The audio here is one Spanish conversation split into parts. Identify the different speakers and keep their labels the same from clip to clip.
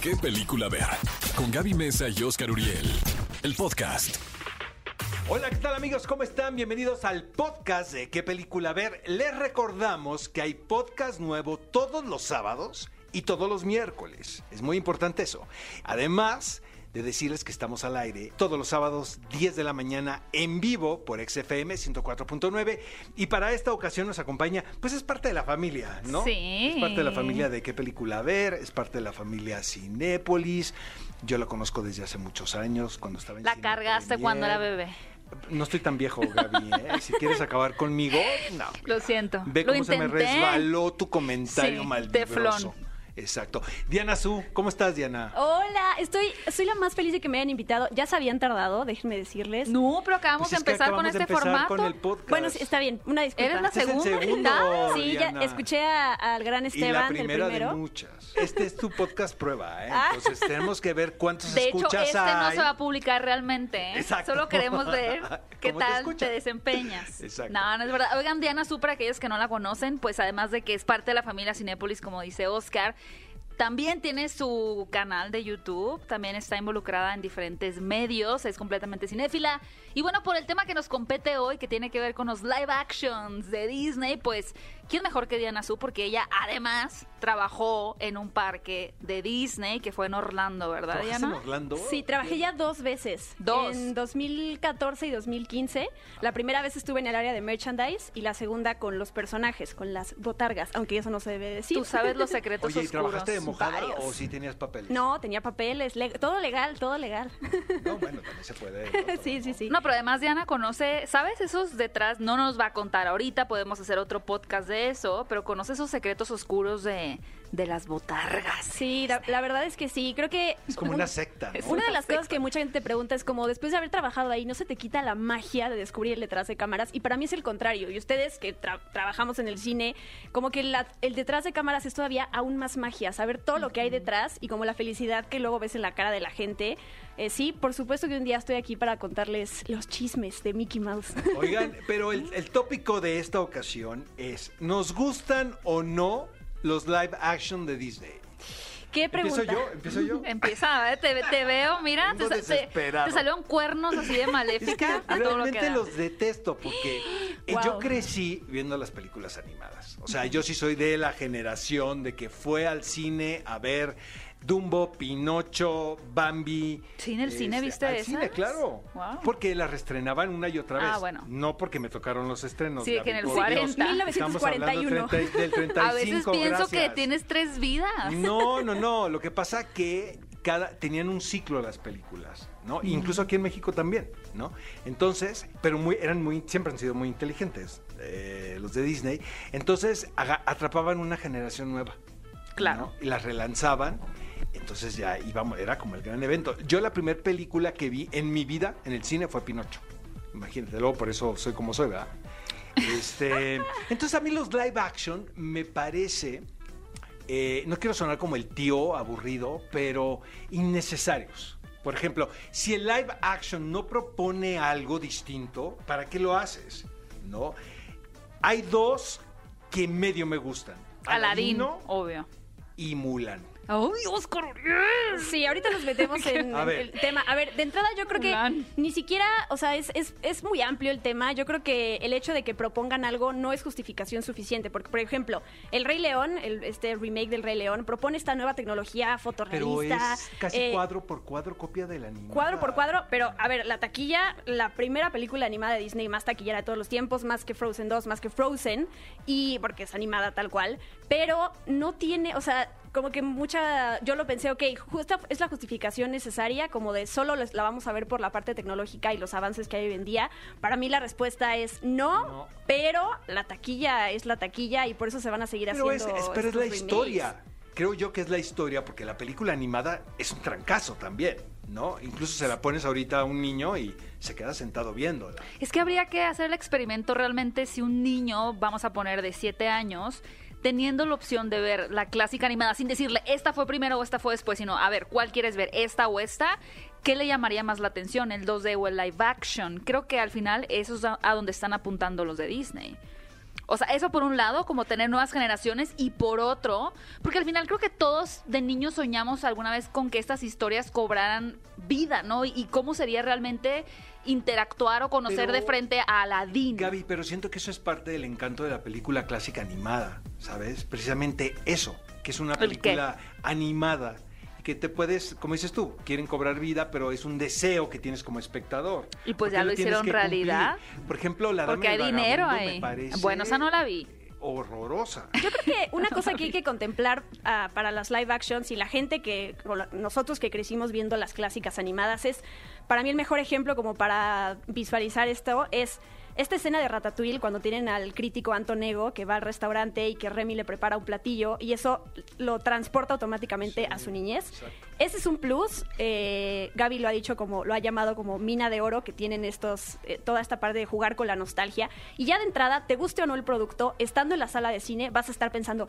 Speaker 1: qué película ver. Con Gaby Mesa y Oscar Uriel. El podcast.
Speaker 2: Hola, ¿qué tal amigos? ¿Cómo están? Bienvenidos al podcast de ¿Qué película ver? Les recordamos que hay podcast nuevo todos los sábados y todos los miércoles. Es muy importante eso. Además de decirles que estamos al aire todos los sábados 10 de la mañana en vivo por XFM 104.9 y para esta ocasión nos acompaña, pues es parte de la familia, ¿no?
Speaker 3: Sí.
Speaker 2: Es parte de la familia de qué película ver, es parte de la familia Cinépolis. Yo la conozco desde hace muchos años cuando estaba en
Speaker 3: La
Speaker 2: Cine
Speaker 3: cargaste
Speaker 2: Premier.
Speaker 3: cuando era bebé.
Speaker 2: No estoy tan viejo, Gaby. ¿eh? Si quieres acabar conmigo, no.
Speaker 3: Lo siento.
Speaker 2: Ve
Speaker 3: Lo
Speaker 2: cómo se me
Speaker 3: intenté.
Speaker 2: resbaló tu comentario
Speaker 3: Sí,
Speaker 2: maldivroso.
Speaker 3: teflón.
Speaker 2: Exacto. Diana Su, ¿cómo estás, Diana?
Speaker 4: Hola, estoy, soy la más feliz de que me hayan invitado. Ya se habían tardado, déjenme decirles.
Speaker 3: No, pero acabamos
Speaker 2: Pues
Speaker 3: de
Speaker 2: es que
Speaker 3: empezar con
Speaker 2: acabamos de
Speaker 3: este
Speaker 2: empezar
Speaker 3: formato.
Speaker 2: Con el podcast.
Speaker 4: Bueno, sí, está bien, una disculpa.
Speaker 3: Eres la
Speaker 2: Este es el
Speaker 3: segunda.
Speaker 2: segundo,
Speaker 3: ¿verdad?
Speaker 4: Sí,
Speaker 2: Diana.
Speaker 4: ya escuché a- al gran
Speaker 2: Y la
Speaker 4: Esteban,
Speaker 2: primera
Speaker 4: el primero.
Speaker 2: de muchas. Este es tu podcast prueba, ¿eh?
Speaker 4: Ah.
Speaker 2: Entonces tenemos que ver cuántos
Speaker 3: De hecho,
Speaker 2: escuchas
Speaker 3: este no
Speaker 2: hay.
Speaker 3: se va a publicar realmente. ¿eh?
Speaker 2: Exacto.
Speaker 3: Solo queremos ver qué
Speaker 2: ¿Cómo te
Speaker 3: tal te,
Speaker 2: escuchas?
Speaker 3: desempeñas.
Speaker 2: Exacto.
Speaker 3: No, no es verdad. Oigan, Diana Su, para aquellos que no la conocen, pues además de que es parte de la familia Cinépolis, como dice Oscar, también tiene su canal de YouTube, también está involucrada en diferentes medios, es completamente cinéfila. Y bueno, por el tema que nos compete hoy, que tiene que ver con los live actions de Disney, pues, ¿quién mejor que Diana Su? Porque ella además trabajó en un parque de Disney que fue en Orlando, ¿verdad,
Speaker 2: ¿Trabajas
Speaker 3: Diana?
Speaker 2: en Orlando?
Speaker 4: Sí, trabajé ya dos veces.
Speaker 3: Dos.
Speaker 4: En 2014 y 2015. La primera vez estuve en el área de merchandise y la segunda con los personajes, con las botargas, aunque eso no se debe decir.
Speaker 3: Tú sabes los secretos
Speaker 2: Oye, ¿y
Speaker 3: oscuros.
Speaker 2: trabajaste de mojada
Speaker 3: Varios.
Speaker 2: o si tenías papeles?
Speaker 4: No, tenía papeles, le- todo legal, todo legal.
Speaker 2: No, bueno, también se puede. ¿no?
Speaker 4: sí, sí, sí.
Speaker 3: No, pero además Diana conoce, ¿sabes? Esos detrás no nos va a contar ahorita, podemos hacer otro podcast de eso, pero conoce esos secretos oscuros de, de las botargas.
Speaker 4: Sí, la, la verdad es que sí. Creo que
Speaker 2: Es como una secta, ¿no?
Speaker 4: Una de las cosas que mucha gente te pregunta es como después de haber trabajado ahí, ¿no se te quita la magia de descubrir el detrás de cámaras? Y para mí es el contrario. Y ustedes que tra- trabajamos en el cine, como que la- el detrás de cámaras es todavía aún más magia, saber todo lo que hay detrás y como la felicidad que luego ves en la cara de la gente. Eh, sí, por supuesto que un día estoy aquí para contarles los chismes de Mickey Mouse.
Speaker 2: Oigan, pero el, el tópico de esta ocasión es, ¿nos gustan o no los live action de Disney?
Speaker 4: ¿Qué pregunta?
Speaker 2: Empiezo yo, empiezo yo.
Speaker 3: Empieza, ¿eh? te, te veo, mira,
Speaker 2: Vengo
Speaker 3: te, te,
Speaker 2: desesperado.
Speaker 3: te salieron cuernos así de
Speaker 2: Es
Speaker 3: maléfica
Speaker 2: que
Speaker 3: a todo lo que
Speaker 2: realmente
Speaker 3: da.
Speaker 2: los detesto porque eh, yo
Speaker 4: Wow.
Speaker 2: crecí viendo las películas animadas. O sea, yo sí soy de la generación de que fue al cine a ver Dumbo, Pinocho, Bambi. este,
Speaker 3: Sí, en el cine viste
Speaker 2: al
Speaker 3: esas.
Speaker 2: cine, claro.
Speaker 3: Wow.
Speaker 2: Porque las reestrenaban una y otra vez.
Speaker 3: Ah, bueno.
Speaker 2: No porque me tocaron los estrenos.
Speaker 3: Sí, que en el
Speaker 2: por Dios.
Speaker 3: 40.
Speaker 2: Estamos hablando
Speaker 4: 1941.
Speaker 2: treinta- del 35,
Speaker 3: A veces pienso que
Speaker 2: gracias.
Speaker 3: tienes tres vidas.
Speaker 2: No, no, no. Lo que pasa que cada tenían un ciclo las películas, ¿no? Incluso aquí en México también, ¿no? Entonces, pero muy, eran muy, siempre han sido muy inteligentes eh, los de Disney. Entonces aga- atrapaban una generación nueva.
Speaker 3: Claro.
Speaker 2: ¿no? Y las relanzaban. Entonces ya íbamos, era como el gran evento. Yo la primera película que vi en mi vida en el cine fue Pinocho. Imagínate, luego por eso soy como soy, ¿verdad? Este, entonces a mí los live action me parece eh, no quiero sonar como el tío aburrido, pero innecesarios. Por ejemplo, si el live action no propone algo distinto, ¿para qué lo haces? ¿No? Hay dos que medio me gustan.
Speaker 3: Aladín,
Speaker 2: Aladino
Speaker 3: obvio.
Speaker 2: y Mulan.
Speaker 3: ¡Ay, Oscar!
Speaker 4: Sí, ahorita nos metemos en
Speaker 2: A ver.
Speaker 4: el tema. A ver, de entrada yo creo que
Speaker 3: Mulan.
Speaker 4: ni siquiera, o sea, es, es, es muy amplio el tema. Yo creo que el hecho de que propongan algo no es justificación suficiente. Porque, por ejemplo, el Rey León, el, este remake del Rey León, propone esta nueva tecnología
Speaker 2: Pero
Speaker 4: fotorrealista.
Speaker 2: es casi
Speaker 4: eh,
Speaker 2: cuadro por cuadro copia de la animada.
Speaker 4: Cuadro por cuadro, pero a ver, la taquilla, la primera película animada de Disney más taquillera de todos los tiempos, más que Frozen 2, más que Frozen, y porque es animada tal cual, pero no tiene, o sea, como que mucha, yo lo pensé, ok, justa es la justificación necesaria, como de solo los- la vamos a ver por la parte tecnológica y los avances que hay hoy en día. Para mí la respuesta es no,
Speaker 2: No.
Speaker 4: pero la taquilla es la taquilla y por eso se van a seguir
Speaker 2: Pero es,
Speaker 4: haciendo.
Speaker 2: es- pero es
Speaker 4: estos
Speaker 2: la
Speaker 4: remakes.
Speaker 2: historia. Creo yo que es la historia, porque la película animada es un trancazo también, ¿no? Incluso se la pones ahorita a un niño y se queda sentado viéndola.
Speaker 3: Es que habría que hacer el experimento realmente si un niño, vamos a poner de 7 años, teniendo la opción de ver la clásica animada sin decirle esta fue primero o esta fue después, sino a ver, ¿cuál quieres ver? ¿Esta o esta? ¿Qué le llamaría más la atención? ¿El 2D o el live action? Creo que al final eso es a, a donde están apuntando los de Disney. O sea, eso por un lado, como tener nuevas generaciones, y por otro, porque al final creo que todos de niños soñamos alguna vez con que estas historias cobraran vida, ¿no? Y, y cómo sería realmente interactuar o conocer
Speaker 2: Pero-
Speaker 3: de frente a Aladdin.
Speaker 2: Gaby, pero siento que eso es parte del encanto de la película clásica animada, ¿sabes? Precisamente eso, que es una
Speaker 3: qué?
Speaker 2: película animada que te puedes, como dices tú, quieren cobrar vida, pero es un deseo que tienes como espectador.
Speaker 3: Y pues
Speaker 2: Porque
Speaker 3: ya lo
Speaker 2: tienes
Speaker 3: hicieron
Speaker 2: que cumplir.
Speaker 3: realidad.
Speaker 2: Por ejemplo, la Dama y
Speaker 3: Porque hay
Speaker 2: el
Speaker 3: dinero
Speaker 2: Vagabundo
Speaker 3: ahí.
Speaker 2: Me parece
Speaker 3: Bueno, esa no la vi.
Speaker 2: Horrorosa.
Speaker 4: Yo creo que una cosa que hay que contemplar ah, para las live actions y la gente que, o la- nosotros que crecimos viendo las clásicas animadas, es, para mí el mejor ejemplo como para visualizar esto es esta escena de Ratatouille cuando tienen al crítico Antonego que va al restaurante y que Remy le prepara un platillo y eso lo transporta automáticamente a su niñez.
Speaker 2: exacto.
Speaker 4: Ese es un plus. eh, Gaby lo ha dicho como, lo ha llamado como mina de oro que tienen estos, eh, toda esta parte de jugar con la nostalgia. Y ya de entrada, te guste o no el producto, estando en la sala de cine, vas a estar pensando,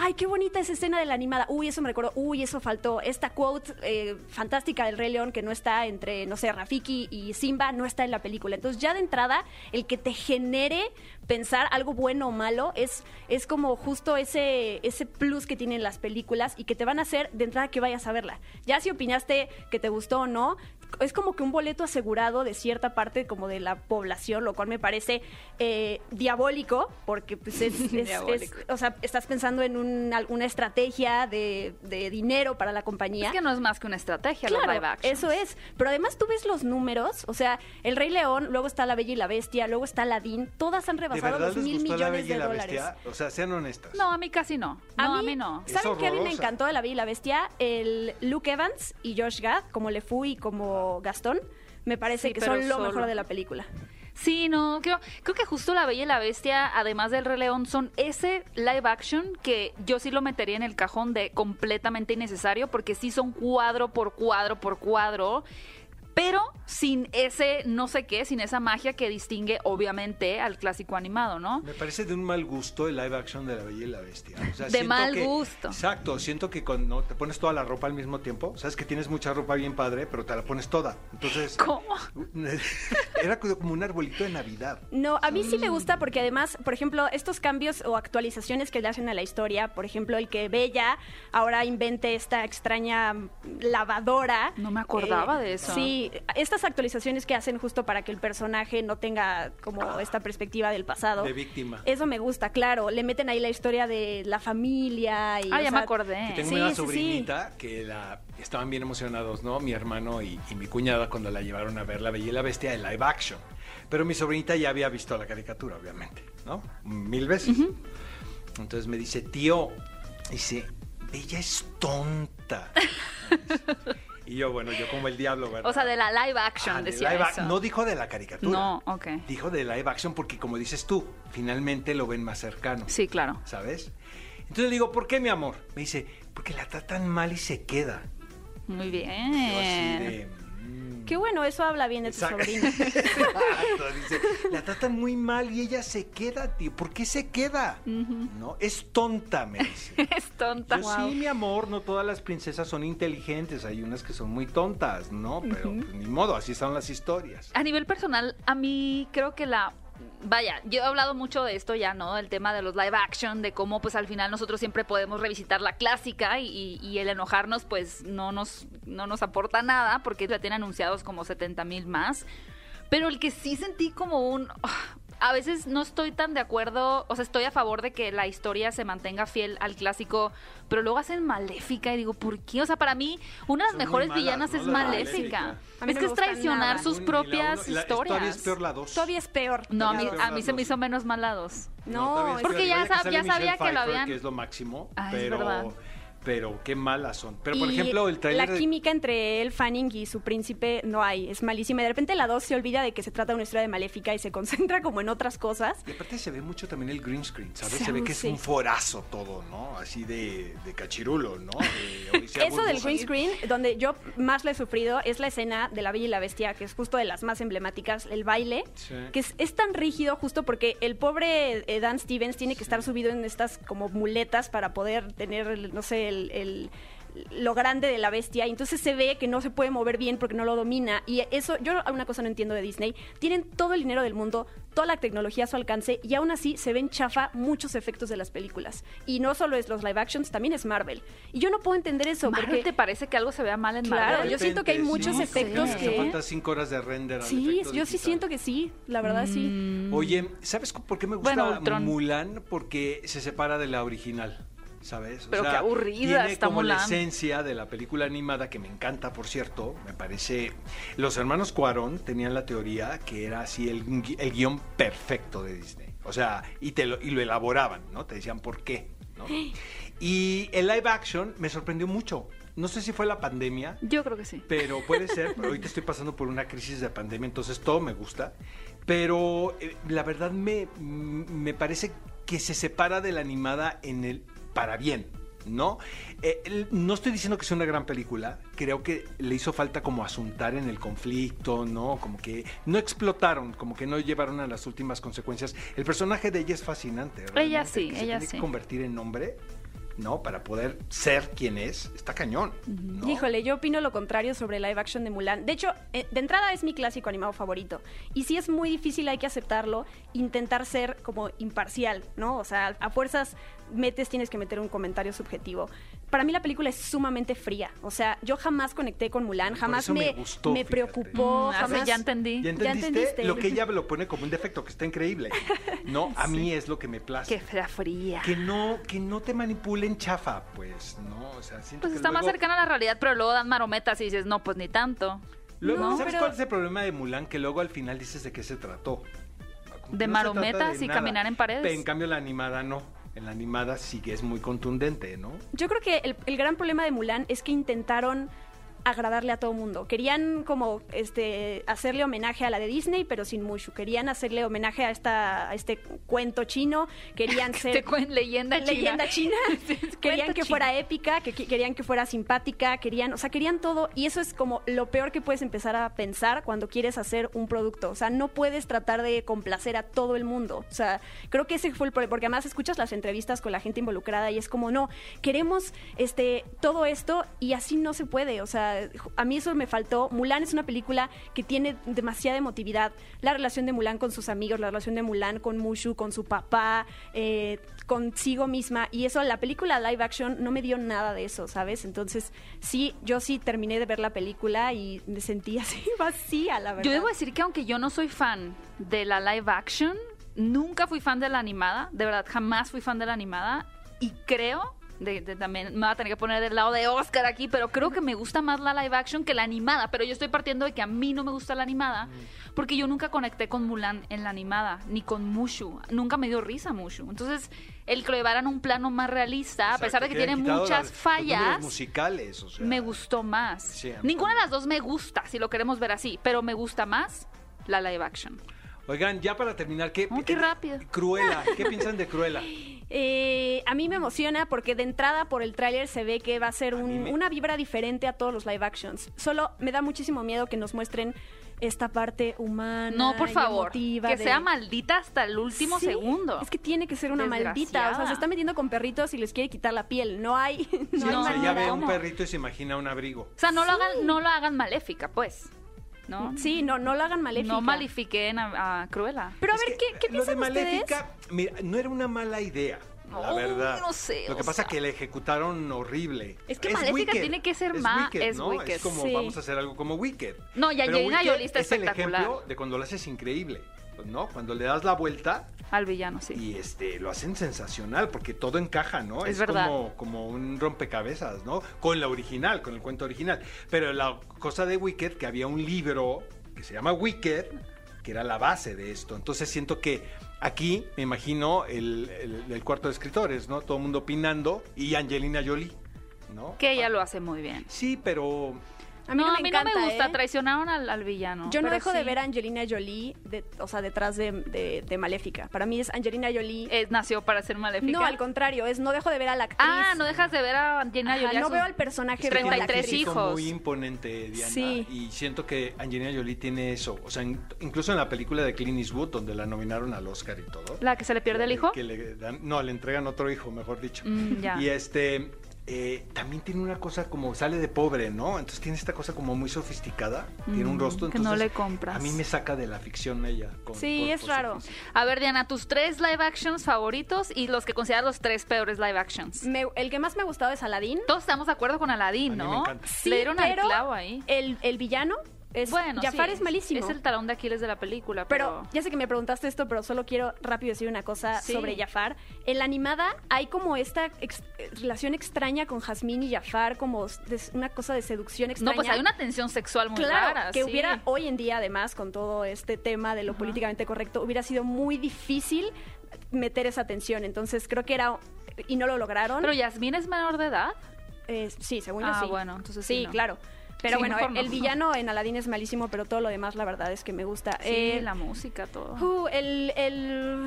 Speaker 4: ¡ay, qué bonita esa escena de la animada! Uy, eso me recordó, uy, eso faltó. Esta quote eh, fantástica del Rey León que no está entre, no sé, Rafiki y Simba, no está en la película. Entonces, ya de entrada, el que te genere pensar algo bueno o malo es, es como justo ese, ese plus que tienen las películas y que te van a hacer de entrada que vayas a verla. Ya si opinaste que te gustó o no, es como que un boleto asegurado de cierta parte como de la población, lo cual me parece eh, diabólico, porque pues es, es- es-
Speaker 3: Diabólico.
Speaker 4: o sea, estás pensando en un- alguna estrategia de, de dinero para la compañía.
Speaker 3: Es que no es más que una estrategia
Speaker 4: Claro,
Speaker 3: los live actions.
Speaker 4: Eso es. Pero además tú ves los números, o sea, El Rey León, luego está La Bella y la Bestia, luego está Aladdin, todas han
Speaker 2: ¿De
Speaker 4: rebasado
Speaker 2: verdad
Speaker 4: los
Speaker 2: les
Speaker 4: mil
Speaker 2: gustó
Speaker 4: millones
Speaker 2: La Bella
Speaker 4: de
Speaker 2: y la
Speaker 4: dólares.
Speaker 2: Bestia? O sea, sean honestas.
Speaker 3: No, a mí casi no. no, a mí no.
Speaker 2: Es
Speaker 4: ¿Saben qué a mí me
Speaker 2: horrorosa.
Speaker 4: encantó de La Bella y la Bestia? El Luke Evans y Josh Gad, como Le Fou y como Gastón, me parece
Speaker 3: Sí,
Speaker 4: que
Speaker 3: pero
Speaker 4: son lo
Speaker 3: solo.
Speaker 4: mejor de la película.
Speaker 3: Sí, no, creo, creo que justo La Bella y la Bestia, además del Rey León, son ese live action que yo sí lo metería en el cajón de completamente innecesario, porque sí son cuadro por cuadro por cuadro, pero sin ese no sé qué, sin esa magia que distingue obviamente al clásico animado, ¿no?
Speaker 2: Me parece de un mal gusto el live action de La Bella y la Bestia. O sea,
Speaker 3: De
Speaker 2: siento
Speaker 3: mal
Speaker 2: que-
Speaker 3: gusto.
Speaker 2: Exacto, siento que cuando te pones toda la ropa al mismo tiempo, sabes que tienes mucha ropa bien padre, pero te la pones toda. Entonces,
Speaker 3: ¿Cómo?
Speaker 2: era como un arbolito de Navidad.
Speaker 4: No, a mí sí
Speaker 3: Mm.
Speaker 4: me gusta porque además, por ejemplo, estos cambios o actualizaciones que le hacen a la historia, por ejemplo, el que Bella ahora invente esta extraña mm, lavadora. eh,
Speaker 3: No me acordaba de eso.
Speaker 4: Sí, estas actualizaciones que hacen justo para que el personaje no tenga como esta perspectiva del pasado.
Speaker 2: De víctima.
Speaker 4: Eso me gusta, claro. Le meten ahí la historia de la familia y.
Speaker 3: Ah,
Speaker 4: o
Speaker 3: ya
Speaker 4: sea,
Speaker 3: me acordé.
Speaker 2: Que tengo
Speaker 4: Sí,
Speaker 2: una
Speaker 4: sí, sí.
Speaker 2: sobrinita que la estaban bien emocionados, ¿no? Mi hermano y, y mi cuñada cuando la llevaron a ver La Bella y la Bestia en live action. Pero mi sobrinita ya había visto la caricatura, obviamente, ¿no? Mil veces. Entonces me dice, tío, dice, Bella es tonta. y yo, bueno, yo como el diablo, ¿verdad?
Speaker 3: O sea, de la live action,
Speaker 2: Ah, de
Speaker 3: decía
Speaker 2: live ac-
Speaker 3: eso.
Speaker 2: No dijo de la caricatura.
Speaker 3: No, ok.
Speaker 2: Dijo de live action porque, como dices tú, finalmente lo ven más cercano.
Speaker 3: Sí, claro.
Speaker 2: ¿sabes? Entonces le digo, ¿por qué, mi amor? Me dice, porque la tratan mal y se queda.
Speaker 3: Muy
Speaker 2: Y yo así
Speaker 3: bien.
Speaker 2: de, "Mm".
Speaker 4: Qué bueno, eso habla bien de tu
Speaker 2: Exacto.
Speaker 4: sobrina.
Speaker 2: Exacto, dice, la tratan muy mal y ella se queda, tío. ¿Por qué se queda? No, es tonta, me dice.
Speaker 3: Es tonta.
Speaker 2: Yo, sí, mi amor, no todas las princesas son inteligentes, hay unas que son muy tontas, ¿no? Pero pues, ni modo, así son las historias.
Speaker 3: A nivel personal, a mí creo que la... Vaya, yo he hablado mucho de esto ya, ¿no? El tema de los live action, de cómo pues al final nosotros siempre podemos revisitar la clásica y, y- y el enojarnos pues no nos, no nos aporta nada porque la tienen anunciados como 70 mil más. Pero el que sí sentí como un... ah, A veces no estoy tan de acuerdo, o sea, estoy a favor de que la historia se mantenga fiel al clásico, pero luego hacen maléfica y digo, ¿por qué? O sea, para mí, una de las
Speaker 2: Son muy
Speaker 3: mejores
Speaker 2: malas,
Speaker 3: villanas
Speaker 2: ¿no? Las
Speaker 3: es
Speaker 2: de
Speaker 3: maléfica.
Speaker 2: Maléfica.
Speaker 4: A mí
Speaker 3: Es que
Speaker 4: no me
Speaker 3: es
Speaker 4: gusta
Speaker 3: traicionar
Speaker 4: nada.
Speaker 3: sus
Speaker 2: Ni la
Speaker 3: propias
Speaker 2: uno- la- Todavía
Speaker 3: historias.
Speaker 2: es peor la dos.
Speaker 4: Todavía es peor.
Speaker 3: no, a mí,
Speaker 2: todavía es peor
Speaker 3: a mí
Speaker 2: la
Speaker 3: se
Speaker 2: dos.
Speaker 3: me hizo menos mal la dos.
Speaker 4: No,
Speaker 2: todavía es
Speaker 4: porque
Speaker 2: peor.
Speaker 3: ya
Speaker 2: Vaya que
Speaker 3: sab-
Speaker 2: sale
Speaker 3: ya
Speaker 2: Michelle
Speaker 3: sabía que lo
Speaker 2: Pfeiffer,
Speaker 3: habían-
Speaker 2: que es lo máximo,
Speaker 3: Ah, es
Speaker 2: pero,
Speaker 3: verdad.
Speaker 2: pero qué malas son. Pero por
Speaker 4: Y
Speaker 2: ejemplo, el trailer.
Speaker 4: La
Speaker 2: de-
Speaker 4: química entre el Fanning y su príncipe no hay, es malísima. Y de repente la 2 se olvida de que se trata de una historia de maléfica y se concentra como en otras cosas.
Speaker 2: Y aparte se ve mucho también el green screen, ¿sabes?
Speaker 4: Sí,
Speaker 2: se ve que es
Speaker 4: sí.
Speaker 2: un forazo todo, ¿no? Así de, de cachirulo, ¿no? De Odisea
Speaker 4: Eso del
Speaker 2: Burbuja.
Speaker 4: green screen, donde yo más le he sufrido, es la escena de La Bella y la Bestia, que es justo de las más emblemáticas, el baile,
Speaker 2: Sí.
Speaker 4: que es, es tan rígido justo porque el pobre eh, Dan Stevens tiene que estar subido en estas como muletas para poder tener, el- no sé, el... el- lo grande de la bestia y entonces se ve que no se puede mover bien porque no lo domina y eso yo alguna cosa no entiendo de Disney tienen todo el dinero del mundo toda la tecnología a su alcance y aún así se ven chafa muchos efectos de las películas y no solo es los live actions también es Marvel y yo no puedo entender eso
Speaker 3: Marvel,
Speaker 4: porque
Speaker 3: te parece que algo se vea mal en
Speaker 4: Claro,
Speaker 3: Marvel?
Speaker 4: yo siento que hay muchos
Speaker 3: efectos
Speaker 2: porque
Speaker 3: que-
Speaker 2: hace falta cinco horas de render. al
Speaker 4: sí
Speaker 2: efecto
Speaker 4: yo sí
Speaker 2: digital.
Speaker 4: siento que sí la verdad sí
Speaker 3: Mm,
Speaker 2: Oye, ¿sabes cu- por qué me gusta
Speaker 3: Bueno, Ultron.
Speaker 2: Mulan? Porque se separa de la original, ¿sabes? O
Speaker 3: Pero qué aburrida
Speaker 2: tiene
Speaker 3: está
Speaker 2: como la
Speaker 3: Mulan.
Speaker 2: esencia de la película animada que me encanta, por cierto. Me parece. Los hermanos Cuarón tenían la teoría que era así el, gui- el guión perfecto de Disney. O sea, y, te lo, y lo elaboraban, ¿no? Te decían por qué, ¿no? Y el live action me sorprendió mucho. No sé si fue la pandemia,
Speaker 3: Yo creo que sí.
Speaker 2: pero puede ser, pero ahorita estoy pasando por una crisis de pandemia, entonces todo me gusta. Pero eh, la verdad me, me parece que se separa de la animada en el para bien, ¿no? Eh, el- no estoy diciendo que sea una gran película, creo que le hizo falta como asuntar en el conflicto, ¿no? Como que no explotaron, como que no llevaron a las últimas consecuencias. El personaje de ella es fascinante, realmente,
Speaker 3: sí,
Speaker 2: que se
Speaker 3: ella
Speaker 2: tiene que
Speaker 3: sí.
Speaker 2: convertir en hombre, ¿no? Para poder ser quien es, está cañón. Mm, ¿no?
Speaker 4: Híjole, yo opino lo contrario sobre el live action de Mulan. De hecho, eh, de entrada es mi clásico animado favorito. Y si es muy difícil, hay que aceptarlo, intentar ser como imparcial, ¿no? O sea, a fuerzas metes, tienes que meter un comentario subjetivo. Para mí la película es sumamente fría. O sea, yo jamás conecté con Mulan,
Speaker 2: Por
Speaker 4: jamás
Speaker 2: eso me
Speaker 4: me,
Speaker 2: gustó,
Speaker 4: me
Speaker 2: fíjate.
Speaker 4: preocupó,
Speaker 3: Mm, hace-
Speaker 4: jamás...
Speaker 3: ya entendí.
Speaker 2: ¿Ya
Speaker 4: Ya
Speaker 2: entendiste?
Speaker 4: entendiste.
Speaker 2: Lo que ella lo pone como un defecto, que está increíble. No, a mí es lo que me
Speaker 3: Qué
Speaker 2: place.
Speaker 3: fea fría.
Speaker 2: Que no, que no te manipulen chafa, pues, ¿no, o sea, siento
Speaker 3: Pues
Speaker 2: que
Speaker 3: está más
Speaker 2: luego-
Speaker 3: cercana a la realidad, pero luego dan marometas y dices, no, pues ni tanto.
Speaker 2: luego,
Speaker 4: No,
Speaker 2: ¿sabes
Speaker 4: pero-
Speaker 2: cuál es el problema de Mulan? Que luego al final dices de qué se trató. Como que no
Speaker 3: De
Speaker 2: se trata
Speaker 3: marometas
Speaker 2: de
Speaker 3: y
Speaker 2: nada.
Speaker 3: caminar en paredes.
Speaker 2: En cambio la animada no. En la animada sí que es muy contundente, ¿no?
Speaker 4: Yo creo que el, el gran problema de Mulan es que intentaron agradarle a todo mundo. Querían como este hacerle homenaje a la de Disney, pero sin Mushu. Querían hacerle homenaje a esta a este cuento chino, querían ser
Speaker 3: Te cuen leyenda china.
Speaker 4: leyenda china. querían
Speaker 3: cuento
Speaker 4: que
Speaker 3: chino.
Speaker 4: fuera épica, que, que- querían que fuera simpática, querían, o sea, querían todo y eso es como lo peor que puedes empezar a pensar cuando quieres hacer un producto, o sea, no puedes tratar de complacer a todo el mundo. O sea, creo que ese fue el problema porque además escuchas las entrevistas con la gente involucrada y es como, "No, queremos este todo esto y así no se puede." O sea, ju- a mí eso me faltó. Mulan es una película que tiene demasiada emotividad. La relación de Mulan con sus amigos, la relación de Mulan con Mushu, con su papá, eh, consigo misma. Y eso, la película live action no me dio nada de eso, ¿sabes? Entonces, sí, yo sí terminé de ver la película y me sentí así vacía, la verdad.
Speaker 3: Yo debo decir que aunque yo no soy fan de la live action, nunca fui fan de la animada, de verdad, jamás fui fan de la animada y creo... de- de- también me va a tener que poner del lado de Oscar aquí, pero creo que me gusta más la live action que la animada. Pero yo estoy partiendo de que a mí no me gusta la animada, porque yo nunca conecté con Mulan en la animada, ni con Mushu. Nunca me dio risa Mushu. Entonces, el que lo llevaran a un plano más realista, a pesar de que tiene muchas
Speaker 2: Los
Speaker 3: fallas,
Speaker 2: musicales, o sea.
Speaker 3: me gustó más.
Speaker 2: Sí, a mí
Speaker 3: Ninguna de
Speaker 2: también.
Speaker 3: las dos me gusta, si lo queremos ver así, pero me gusta más la live action.
Speaker 2: Oigan, ya para terminar, ¿qué,
Speaker 3: Oh, qué rápido.
Speaker 2: Cruela, ¿qué piensan de Cruela?
Speaker 4: Eh, a mí me emociona porque de entrada por el tráiler se ve que va a ser un-
Speaker 2: mí me-
Speaker 4: una vibra diferente a todos los live actions. Solo me da muchísimo miedo que nos muestren esta parte humana.
Speaker 3: No, por
Speaker 4: y
Speaker 3: favor, que
Speaker 4: Ah, emotiva de-
Speaker 3: sea maldita hasta el último
Speaker 4: Sí,
Speaker 3: segundo.
Speaker 4: Es que tiene que ser una maldita. O sea,
Speaker 3: Desgraciada.
Speaker 4: se está metiendo con perritos y les quiere quitar la piel. No hay. No
Speaker 2: Sí,
Speaker 4: hay
Speaker 2: o sea, ya
Speaker 4: manera.
Speaker 2: ve a un
Speaker 3: ¿Cómo?
Speaker 2: perrito y se imagina un abrigo.
Speaker 3: O sea, no lo hagan, no lo hagan maléfica, pues. ¿No?
Speaker 4: Sí, no, no lo hagan Mm, maléfica.
Speaker 3: No malifiquen a, a Cruella.
Speaker 4: Pero a
Speaker 2: Es
Speaker 4: ver,
Speaker 2: que,
Speaker 4: ¿qué, qué
Speaker 2: lo
Speaker 4: piensan
Speaker 2: de
Speaker 4: ustedes?
Speaker 2: Maléfica, mira, no era una mala idea, la
Speaker 3: No,
Speaker 2: verdad.
Speaker 3: no sé,
Speaker 2: Lo que
Speaker 3: o
Speaker 2: pasa
Speaker 3: sea.
Speaker 2: que la ejecutaron horrible.
Speaker 3: Es que Maléfica
Speaker 2: Wicked,
Speaker 3: tiene que ser ma- es
Speaker 2: ¿no?
Speaker 3: Wicked,
Speaker 2: Es como
Speaker 4: sí.
Speaker 2: vamos a hacer algo como Wicked.
Speaker 3: No, y
Speaker 2: Pero
Speaker 3: Angelina
Speaker 2: Wicked
Speaker 3: Jolie está
Speaker 2: es el
Speaker 3: espectacular.
Speaker 2: ejemplo de cuando lo haces increíble, ¿no? Cuando le das la vuelta
Speaker 3: Al villano, sí.
Speaker 2: y este lo hacen sensacional porque todo encaja, ¿no?
Speaker 3: Es verdad.
Speaker 2: Como, como un rompecabezas, ¿no? Con la original, con el cuento original. Pero la cosa de Wicked, que había un libro que se llama Wicked, que era la base de esto. Entonces siento que aquí, me imagino, el, el- el cuarto de escritores, ¿no? Todo el mundo opinando y Angelina Jolie, ¿no?
Speaker 3: Que ella lo hace muy bien.
Speaker 2: Sí, pero
Speaker 4: A mí no,
Speaker 3: no,
Speaker 4: me
Speaker 3: a mí
Speaker 4: encanta,
Speaker 3: no me gusta.
Speaker 4: ¿eh?
Speaker 3: Traicionaron al, al villano.
Speaker 4: Yo no
Speaker 3: pero
Speaker 4: dejo de
Speaker 3: sí.
Speaker 4: ver a Angelina Jolie, de- o sea, detrás de, de- de Maléfica. Para mí es Angelina Jolie.
Speaker 3: Eh, nació para ser maléfica.
Speaker 4: no, al contrario, es no dejo de ver a la actriz.
Speaker 3: Ah, no dejas de ver a Angelina
Speaker 4: Ajá,
Speaker 3: Jolie. a
Speaker 4: no
Speaker 3: sus-
Speaker 4: veo al personaje,
Speaker 2: Tiene
Speaker 4: veo a la
Speaker 2: un
Speaker 3: 33
Speaker 4: actriz.
Speaker 2: físico
Speaker 3: hijos.
Speaker 2: muy imponente, Diana.
Speaker 4: Sí.
Speaker 2: Y siento que Angelina Jolie tiene eso. O sea, in- incluso en la película de Clint Eastwood, donde la nominaron al Oscar y todo.
Speaker 3: ¿La que se le pierde el
Speaker 2: que-
Speaker 3: hijo?
Speaker 2: que le dan- no, le entregan otro hijo, mejor dicho.
Speaker 3: Mm, ya.
Speaker 2: Y este. eh, también tiene una cosa como sale de pobre, ¿no? Entonces tiene esta cosa como muy sofisticada, tiene un
Speaker 3: Ujú,
Speaker 2: rostro.
Speaker 3: Mm, que no
Speaker 2: Entonces,
Speaker 3: le compras.
Speaker 2: A mí me saca de la ficción ella. con-
Speaker 4: Sí,
Speaker 2: por- por
Speaker 4: es
Speaker 2: su
Speaker 4: raro.
Speaker 2: físico.
Speaker 3: A ver, Diana, tus tres live actions favoritos y los que consideras los tres peores live actions.
Speaker 4: Me- el que más me ha gustado es Aladdin.
Speaker 3: Todos estamos de acuerdo con
Speaker 2: A
Speaker 3: Aladdin,
Speaker 2: mí
Speaker 3: ¿no?
Speaker 2: me encanta.
Speaker 4: Sí,
Speaker 3: Le dieron al
Speaker 4: pero
Speaker 3: clavo ahí.
Speaker 4: El, el villano es.
Speaker 3: Bueno,
Speaker 4: Jafar
Speaker 3: sí,
Speaker 4: es malísimo.
Speaker 3: Es el talón de Aquiles de la película, pero,
Speaker 4: Pero ya sé que me preguntaste esto, pero solo quiero rápido decir una cosa
Speaker 3: Sí.
Speaker 4: sobre Jafar. En la animada hay como esta ex- eh, relación extraña con Jazmín y Jafar, como s- des- una cosa de seducción extraña.
Speaker 3: no, pues hay una tensión sexual muy
Speaker 4: Claro,
Speaker 3: rara.
Speaker 4: que
Speaker 3: sí.
Speaker 4: hubiera hoy en día, además, con todo este tema de lo políticamente correcto, hubiera sido muy difícil meter esa tensión. Entonces creo que era y no lo lograron.
Speaker 3: Pero Yasmín es menor de edad.
Speaker 4: Eh, sí, según yo
Speaker 3: Ah,
Speaker 4: sí.
Speaker 3: bueno, entonces sí,
Speaker 4: sí,
Speaker 3: no.
Speaker 4: claro. Pero
Speaker 3: Sí,
Speaker 4: bueno,
Speaker 3: mejor no.
Speaker 4: el villano en Aladdin es malísimo, pero todo lo demás la verdad es que me gusta.
Speaker 3: Sí,
Speaker 4: Eh,
Speaker 3: la música, todo.
Speaker 4: uh, el, el-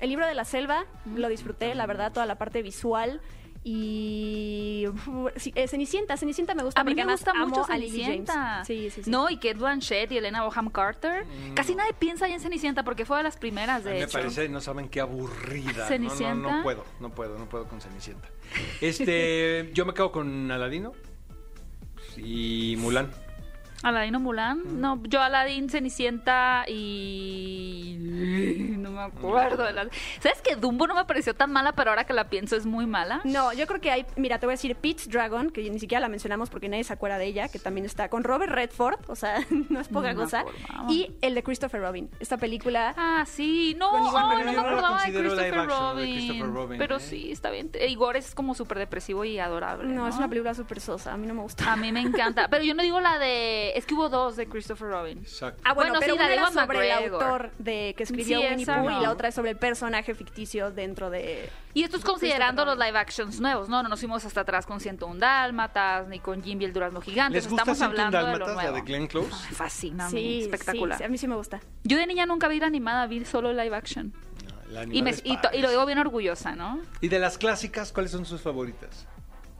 Speaker 4: el libro de la selva
Speaker 3: Mm,
Speaker 4: lo disfruté, la verdad, toda la parte visual. Y uh, sí, eh, Cenicienta, Cenicienta me gusta
Speaker 3: a mí
Speaker 4: porque
Speaker 3: me
Speaker 4: además
Speaker 3: gusta
Speaker 4: amo
Speaker 3: mucho
Speaker 4: a Lily
Speaker 3: Cenicienta.
Speaker 4: James. Sí, sí, sí.
Speaker 3: No, y Kate Blanchett y Elena Boham Carter. Casi nadie piensa ya en Cenicienta porque fue de las primeras,
Speaker 2: Mm. A
Speaker 3: de
Speaker 2: mí me
Speaker 3: hecho.
Speaker 2: parece, no saben qué aburrida. No, No, no,
Speaker 3: ¿Cenicienta?
Speaker 2: puedo, no puedo, no puedo con Cenicienta. Este, yo me quedo con Aladino y Mulan.
Speaker 3: Aladino Mulan. No, yo Aladín, Cenicienta y. No me acuerdo. de las- ¿Sabes que Dumbo no me pareció tan mala, pero ahora que la pienso es muy mala?
Speaker 4: No, yo creo que hay, mira, te voy a decir Pete's Dragon, que ni siquiera la mencionamos porque nadie se acuerda de ella, que también está con Robert Redford, o sea, no es poca
Speaker 3: No me
Speaker 4: cosa.
Speaker 3: acordaba.
Speaker 4: Y el de Christopher Robin, esta película.
Speaker 3: Ah, sí, no,
Speaker 4: Con Igor,
Speaker 3: oh,
Speaker 4: pero
Speaker 3: no me
Speaker 4: yo no la
Speaker 3: acordaba de
Speaker 2: considero live
Speaker 3: Christopher,
Speaker 2: action,
Speaker 3: Robin,
Speaker 2: de Christopher Robin,
Speaker 3: Pero
Speaker 2: ¿eh?
Speaker 3: sí, está bien. Eh, Igor es como súper depresivo y adorable. No,
Speaker 4: no, es una película súper sosa, a mí no me gusta.
Speaker 3: A mí me encanta. Pero yo no digo la de. Es que hubo dos de Christopher Robin.
Speaker 2: Exacto.
Speaker 4: Ah, bueno,
Speaker 3: Bueno,
Speaker 4: pero
Speaker 3: sí, la
Speaker 4: una
Speaker 3: de
Speaker 4: era
Speaker 3: Ewan
Speaker 4: sobre el
Speaker 3: McGregor.
Speaker 4: autor de que escribió
Speaker 3: Sí,
Speaker 4: Winnie
Speaker 3: esa
Speaker 4: Pooh y
Speaker 3: no.
Speaker 4: la otra es sobre el personaje ficticio dentro de...
Speaker 3: Y esto es considerando los
Speaker 4: Christopher
Speaker 3: live actions nuevos, ¿no? No nos fuimos hasta atrás con 101 Dálmatas, ni con Jimmy el Durazno Gigante.
Speaker 2: ¿Les gusta
Speaker 3: Estamos
Speaker 2: 101
Speaker 3: hablando de lo
Speaker 2: Dálmatas, la
Speaker 3: nuevo.
Speaker 2: pues de Glenn Close?
Speaker 3: Ay, Me fascina, a mí,
Speaker 4: Sí,
Speaker 3: espectacular.
Speaker 4: sí, a mí sí me gusta.
Speaker 3: Yo de niña nunca vi la animada, vi solo live action.
Speaker 2: No, la
Speaker 3: Y, me-
Speaker 2: animada es
Speaker 3: y to-
Speaker 2: padre.
Speaker 3: y lo digo bien orgullosa, ¿no?
Speaker 2: Y de las clásicas, ¿cuáles son sus favoritas?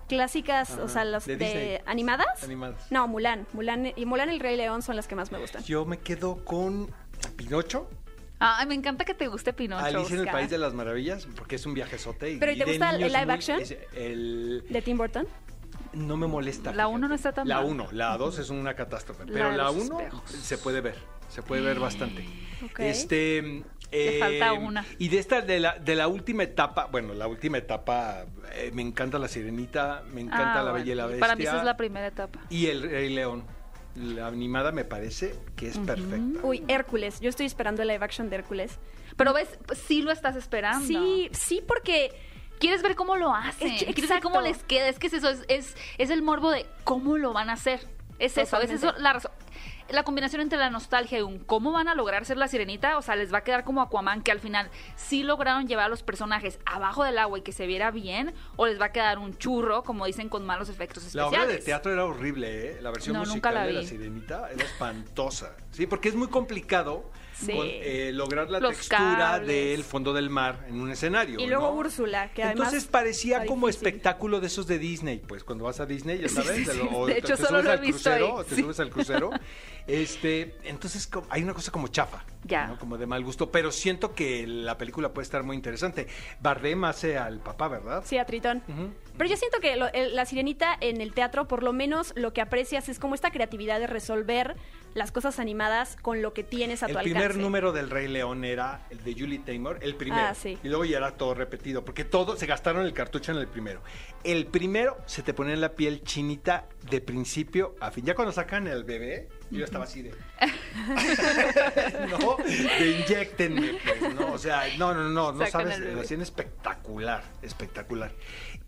Speaker 4: Clásicas, o
Speaker 2: Ajá,
Speaker 4: sea, las
Speaker 2: de
Speaker 4: de,
Speaker 2: Disney.
Speaker 4: animadas.
Speaker 2: Animadas.
Speaker 4: No, Mulan, Mulan y Mulan el Rey León son las que más me gustan.
Speaker 2: Yo me quedo con Pinocho,
Speaker 3: Ay, me encanta que te guste Pinocho.
Speaker 2: Alicia en el
Speaker 3: Oscar.
Speaker 2: País de las Maravillas, porque es un viajezote.
Speaker 4: ¿Pero y
Speaker 2: y
Speaker 4: te
Speaker 2: de
Speaker 4: gusta el
Speaker 2: niños
Speaker 4: live
Speaker 2: muy-
Speaker 4: action?
Speaker 2: es el-
Speaker 4: De Tim Burton.
Speaker 2: no me molesta.
Speaker 3: La
Speaker 2: fíjate.
Speaker 3: uno no está tan
Speaker 2: La
Speaker 3: mal.
Speaker 2: 1, la 2 es una catástrofe,
Speaker 3: La
Speaker 2: pero
Speaker 3: de
Speaker 2: la
Speaker 3: los
Speaker 2: 1
Speaker 3: espejos.
Speaker 2: se puede ver, se puede ver bastante.
Speaker 4: Ok.
Speaker 2: Este eh,
Speaker 3: falta una.
Speaker 2: Y de esta de la, de la última etapa, bueno, la última etapa eh, me encanta La Sirenita, me encanta
Speaker 3: Ah,
Speaker 2: La
Speaker 3: bueno.
Speaker 2: Bella y la Bestia.
Speaker 3: Para mí esa es la primera etapa.
Speaker 2: Y El Rey León. La animada me parece que es perfecta.
Speaker 4: Uy, Hércules. Yo estoy esperando el live action de Hércules.
Speaker 3: Pero ves, sí lo estás esperando.
Speaker 4: Sí, sí, porque
Speaker 3: Quieres ver cómo lo hacen.
Speaker 4: Es-
Speaker 3: Quieres ver cómo
Speaker 4: exacto.
Speaker 3: les queda. Es que es eso, es, es, es el morbo de cómo lo van a hacer. Es eso, es
Speaker 4: Totalmente.
Speaker 3: eso la razón. La combinación entre la nostalgia y un cómo van a lograr ser la sirenita, o sea, les va a quedar como Aquaman, que al final sí lograron llevar a los personajes abajo del agua y que se viera bien, o les va a quedar un churro, como dicen, con malos efectos
Speaker 2: La
Speaker 3: especiales.
Speaker 2: obra de teatro era horrible, ¿eh? La versión
Speaker 3: No, nunca
Speaker 2: musical
Speaker 3: la
Speaker 2: de La
Speaker 3: vi.
Speaker 2: Sirenita era espantosa. Sí, porque es muy complicado
Speaker 4: Sí.
Speaker 2: con, eh, lograr la
Speaker 3: Los
Speaker 2: textura
Speaker 3: cables.
Speaker 2: del fondo del mar en un escenario.
Speaker 4: Y luego
Speaker 2: ¿no?
Speaker 4: Úrsula, que además
Speaker 2: Entonces parecía
Speaker 4: está
Speaker 2: como
Speaker 4: difícil.
Speaker 2: espectáculo de esos de Disney, pues cuando vas a Disney, ya
Speaker 3: Sí,
Speaker 2: sabes,
Speaker 3: sí,
Speaker 2: te
Speaker 3: sí.
Speaker 2: o
Speaker 3: De
Speaker 2: te-
Speaker 3: hecho,
Speaker 2: te
Speaker 3: solo
Speaker 2: subes
Speaker 3: lo he
Speaker 2: al
Speaker 3: visto
Speaker 2: crucero,
Speaker 3: ahí.
Speaker 2: o te
Speaker 3: Sí.
Speaker 2: subes al crucero. Este, entonces co- hay una cosa como chafa,
Speaker 3: Ya.
Speaker 2: ¿no? como de mal gusto, pero siento que la película puede estar muy interesante. Bardem hace al papá, ¿verdad?
Speaker 4: Sí, a Tritón.
Speaker 2: Ujú.
Speaker 4: Pero yo siento que lo- el- la sirenita en el teatro, por lo menos lo que aprecias es como esta creatividad de resolver las cosas animadas con lo que tienes a
Speaker 2: El
Speaker 4: tu
Speaker 2: primer
Speaker 4: alcance.
Speaker 2: número del Rey León era el de Julie Taymor, el primero.
Speaker 4: Ah, sí.
Speaker 2: Y luego ya era todo repetido, porque todo se gastaron el cartucho en el primero. El primero se te ponía en la piel chinita de principio a fin. Ya cuando sacan el bebé, yo estaba así de. no, de inyectenme. pues, no, o sea, no, no, no, no
Speaker 3: Sacan
Speaker 2: sabes,
Speaker 3: al bebé.
Speaker 2: lo hacían espectacular, espectacular.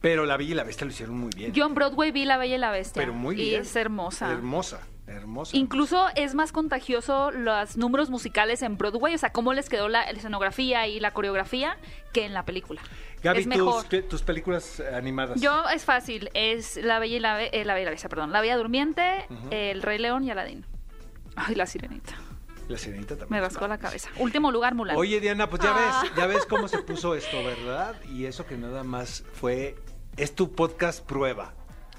Speaker 2: Pero la Bella y la Bestia lo hicieron muy bien.
Speaker 3: Yo en Broadway vi La Bella y la Bestia.
Speaker 2: pero muy
Speaker 3: Y
Speaker 2: bien.
Speaker 3: es hermosa.
Speaker 2: Hermosa, hermosa.
Speaker 3: Incluso es más contagioso los números musicales en Broadway, o sea, cómo les quedó la escenografía y la coreografía que en la película.
Speaker 2: Gaby,
Speaker 3: es
Speaker 2: tus-
Speaker 3: mejor.
Speaker 2: que- tus, películas animadas.
Speaker 3: Yo es fácil, es La Bella y la, Be- eh, la Bella y la Bestia, perdón, La Bella Durmiente, El Rey León y Aladín. Ay, la sirenita.
Speaker 2: La Sirenita también.
Speaker 3: Me
Speaker 2: es
Speaker 3: rascó la
Speaker 2: padre.
Speaker 3: cabeza. Último lugar, Mulan.
Speaker 2: Oye, Diana, pues ya
Speaker 4: Ah.
Speaker 2: ves, ya ves cómo se puso esto, ¿verdad? Y eso que nada más fue, es tu podcast prueba.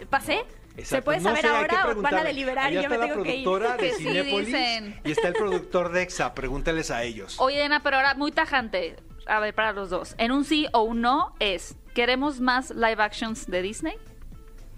Speaker 4: ¿Pasé? ¿Se
Speaker 2: Exacto.
Speaker 4: puede
Speaker 2: No
Speaker 4: saber
Speaker 2: sé, hay que
Speaker 4: ahora o van a
Speaker 2: preguntarle.
Speaker 4: deliberar
Speaker 2: Allá
Speaker 4: y yo me
Speaker 2: está
Speaker 4: tengo
Speaker 2: la
Speaker 4: que ir?
Speaker 2: productora de
Speaker 3: Que sí,
Speaker 2: Cinépolis
Speaker 3: dicen.
Speaker 2: y está el productor de EXA, pregúntales a ellos.
Speaker 3: Oye, Diana, pero ahora muy tajante. A ver, para los dos. En un sí o un no es, ¿queremos más live actions de Disney?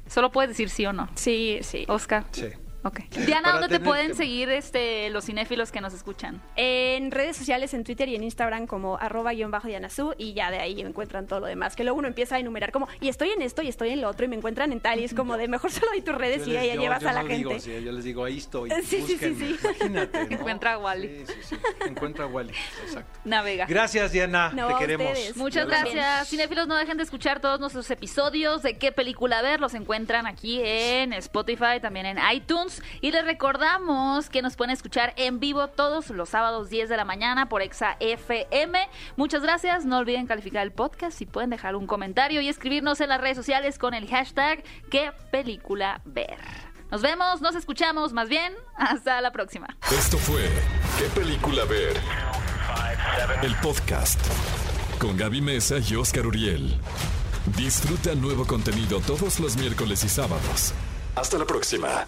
Speaker 3: Solo puedes decir sí o no.
Speaker 4: Sí, sí.
Speaker 3: Oscar.
Speaker 2: Sí.
Speaker 3: Ok. Diana,
Speaker 2: Para
Speaker 3: ¿dónde te
Speaker 2: tener
Speaker 3: pueden
Speaker 2: tema.
Speaker 3: seguir este, los cinéfilos que nos escuchan?
Speaker 4: En redes sociales, en Twitter y en Instagram como arroba guión bajo Dianazú y ya de ahí encuentran todo lo demás. Que luego uno empieza a enumerar como, y estoy en esto y estoy en lo otro y me encuentran en tal y es como de mejor solo di tus redes
Speaker 2: Yo
Speaker 4: y
Speaker 2: les-
Speaker 4: ahí
Speaker 2: yo-
Speaker 4: llevas
Speaker 2: yo
Speaker 4: a la
Speaker 2: no
Speaker 4: gente.
Speaker 2: digo, sí, yo les digo, ahí estoy.
Speaker 4: Sí, sí, sí,
Speaker 2: búsquenme.
Speaker 4: sí.
Speaker 2: Imagínate. ¿no?
Speaker 3: Encuentra a Wally.
Speaker 2: Sí, sí, sí. Encuentra a Wally. Exacto.
Speaker 3: Navega.
Speaker 2: Gracias, Diana.
Speaker 4: No,
Speaker 2: Te
Speaker 4: a
Speaker 2: queremos.
Speaker 4: ustedes.
Speaker 3: Muchas
Speaker 2: Ya lo sabes.
Speaker 3: gracias. Cinéfilos, no dejen de escuchar todos nuestros episodios de qué película ver. Los encuentran aquí en Spotify, también en iTunes. Y les recordamos que nos pueden escuchar en vivo todos los sábados 10 de la mañana por Exa FM. Muchas gracias. No olviden calificar el podcast si pueden dejar un comentario y escribirnos en las redes sociales con el hashtag qué película ver. Nos vemos, nos escuchamos más bien. Hasta la próxima.
Speaker 1: Esto fue ¿Qué película ver? El podcast con Gaby Mesa y Oscar Uriel. Disfruta nuevo contenido todos los miércoles y sábados. Hasta la próxima.